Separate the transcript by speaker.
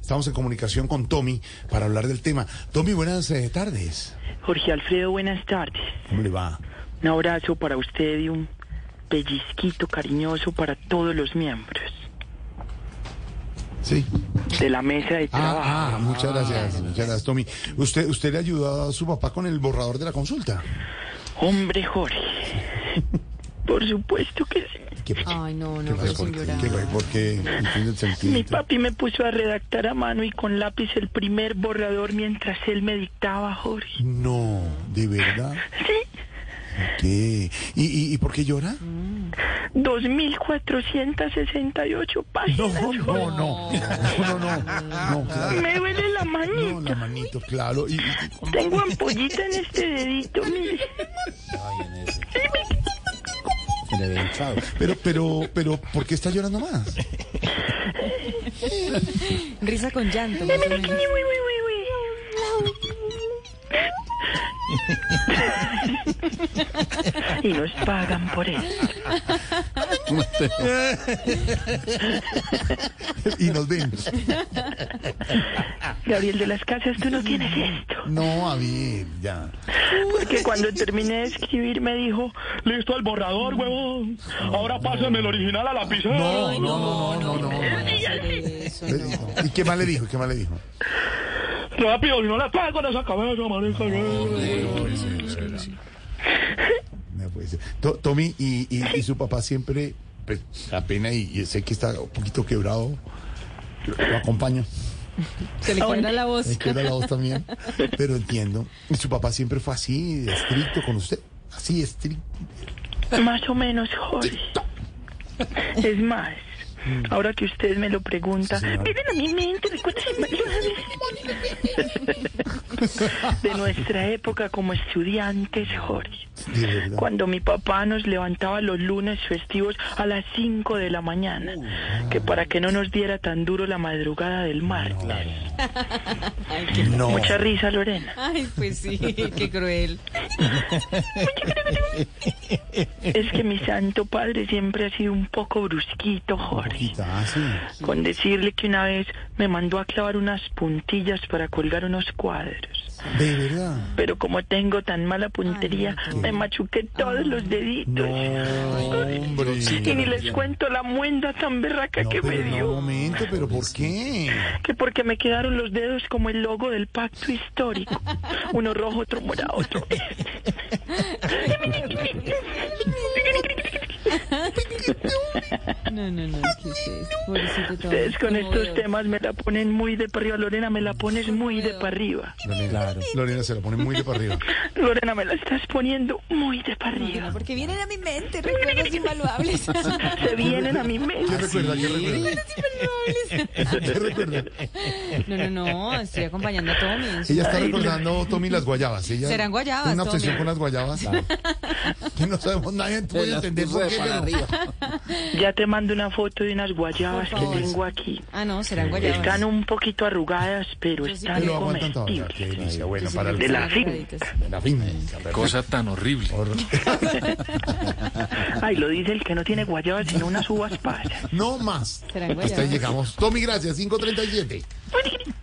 Speaker 1: Estamos en comunicación con Tommy para hablar del tema. Tommy, buenas eh, tardes.
Speaker 2: Jorge Alfredo, buenas tardes.
Speaker 1: ¿Cómo le va?
Speaker 2: Un abrazo para usted y un pellizquito cariñoso para todos los miembros
Speaker 1: Sí.
Speaker 2: de la mesa de trabajo.
Speaker 1: Ah, ah, muchas gracias, muchas gracias, Tommy. ¿Usted, usted le ayudó a su papá con el borrador de la consulta?
Speaker 2: Hombre Jorge, por supuesto que sí.
Speaker 1: ¿Qué pasó?
Speaker 3: Ay, no,
Speaker 1: ¿Qué
Speaker 3: no,
Speaker 1: pasó?
Speaker 3: pero
Speaker 1: ¿Por
Speaker 3: sin
Speaker 1: qué?
Speaker 3: llorar.
Speaker 1: ¿Qué pasó? ¿Por qué? ¿Entiende el
Speaker 2: Mi
Speaker 1: sentimiento?
Speaker 2: papi me puso a redactar a mano y con lápiz el primer borrador mientras él me dictaba, Jorge.
Speaker 1: No, ¿de verdad?
Speaker 2: Sí,
Speaker 1: ¿Qué? ¿Y, y, y por qué llora?
Speaker 2: 2.468
Speaker 1: No,
Speaker 2: páginas.
Speaker 1: no, no, no, no, no, no, claro.
Speaker 2: Me duele la
Speaker 1: No, la
Speaker 2: manita.
Speaker 1: manito, claro. Y, y-
Speaker 2: Tengo ampollita en este dedito, mire.
Speaker 1: pero, pero, pero, ¿por qué está llorando más?
Speaker 3: Risa con llanto, más o menos.
Speaker 2: Y nos pagan por eso.
Speaker 1: Y nos ven.
Speaker 2: Gabriel de las Casas, tú no tienes esto.
Speaker 1: No, a ver, ya.
Speaker 2: Porque cuando terminé de escribir me dijo, listo el borrador, huevón. Ahora pásame el original a la pizarra.
Speaker 1: No, no, no, no, no. no,
Speaker 3: Eso, no.
Speaker 1: ¿Y qué más le dijo? ¿Qué más le dijo?
Speaker 2: Rápido, si no la traes con esa cabeza, marica.
Speaker 1: No puede ser. To- Tommy y, y- y su papá siempre, pues, apenas, y, y sé que está un poquito quebrado, lo acompaña,
Speaker 3: Se le cuelga la voz.
Speaker 1: me queda la voz también, pero entiendo. Y su papá siempre fue así, estricto con usted, así estricto.
Speaker 2: Más o menos, Jorge. Es más, ahora que usted me lo pregunta,
Speaker 1: Sí, señora.
Speaker 2: viven a mi mente recuerdos invaluables. de nuestra época como estudiantes, Jorge.
Speaker 1: De verdad.
Speaker 2: Cuando mi papá nos levantaba los lunes festivos a las 5 de la mañana, que para que no nos diera tan duro la madrugada del martes.
Speaker 1: No.
Speaker 2: Mucha risa, Lorena.
Speaker 3: Ay, pues sí, qué cruel.
Speaker 2: Es que mi santo padre siempre ha sido un poco brusquito, Jorge.
Speaker 1: Poquita, ah, sí.
Speaker 2: Con decirle que una vez me mandó a clavar unas puntillas para colgar unos cuadros.
Speaker 1: De verdad.
Speaker 2: Pero como tengo tan mala puntería, me machuqué todos los
Speaker 1: No,
Speaker 2: deditos.
Speaker 1: hombre.
Speaker 2: Y ni les cuento la muenda tan berraca
Speaker 1: No,
Speaker 2: que me
Speaker 1: pero no,
Speaker 2: dio.
Speaker 1: un momento, pero ¿por qué?
Speaker 2: que porque me quedaron los dedos como el logo del pacto histórico. Uno rojo, otro morado, otro.
Speaker 3: No, no, no, ¿qué es esto? Pobrecito Tommy.
Speaker 2: Ustedes con
Speaker 3: Como
Speaker 2: estos
Speaker 3: veo.
Speaker 2: temas me la ponen muy de para arriba. Lorena, me la pones muy de para arriba.
Speaker 1: Claro. Lorena se la pone muy de para arriba.
Speaker 2: Lorena, me la estás poniendo muy de para
Speaker 3: No, no,
Speaker 2: arriba.
Speaker 3: porque vienen a mi mente recuerdos invaluables.
Speaker 2: Se vienen a mi
Speaker 1: ¿Qué
Speaker 2: mente.
Speaker 1: recuerda? ¿Qué recuerda? ¿Qué recuerda?
Speaker 3: No, no, no, estoy acompañando a Tommy. en su-
Speaker 1: Ella está recordando, Tommy, las guayabas. Ella
Speaker 3: Serán guayabas,
Speaker 1: tiene Una obsesión
Speaker 3: Tommy.
Speaker 1: con las guayabas. Que no sabemos, nadie puede entender por qué. pero-
Speaker 2: Ya te mando una foto de unas guayabas
Speaker 3: Por
Speaker 2: que
Speaker 3: favor.
Speaker 2: tengo aquí.
Speaker 3: Ah, no, serán guayabas.
Speaker 2: Están un poquito arrugadas, pero
Speaker 3: Yo sí
Speaker 2: están
Speaker 1: Pero aguantan todavía. Qué
Speaker 2: comestibles.
Speaker 1: delicia. Bueno,
Speaker 3: Sí,
Speaker 1: para
Speaker 3: sí,
Speaker 2: de
Speaker 1: el-
Speaker 2: la fin.
Speaker 3: guayaditas.
Speaker 1: la finca, ¿verdad?
Speaker 4: Cosa tan horrible.
Speaker 1: Por-
Speaker 2: Ay, lo dice el que no tiene guayabas, sino unas uvas pasas.
Speaker 1: No más.
Speaker 3: Serán
Speaker 1: Hasta ahí
Speaker 3: guayabas.
Speaker 1: llegamos. Tommy, gracias. 537.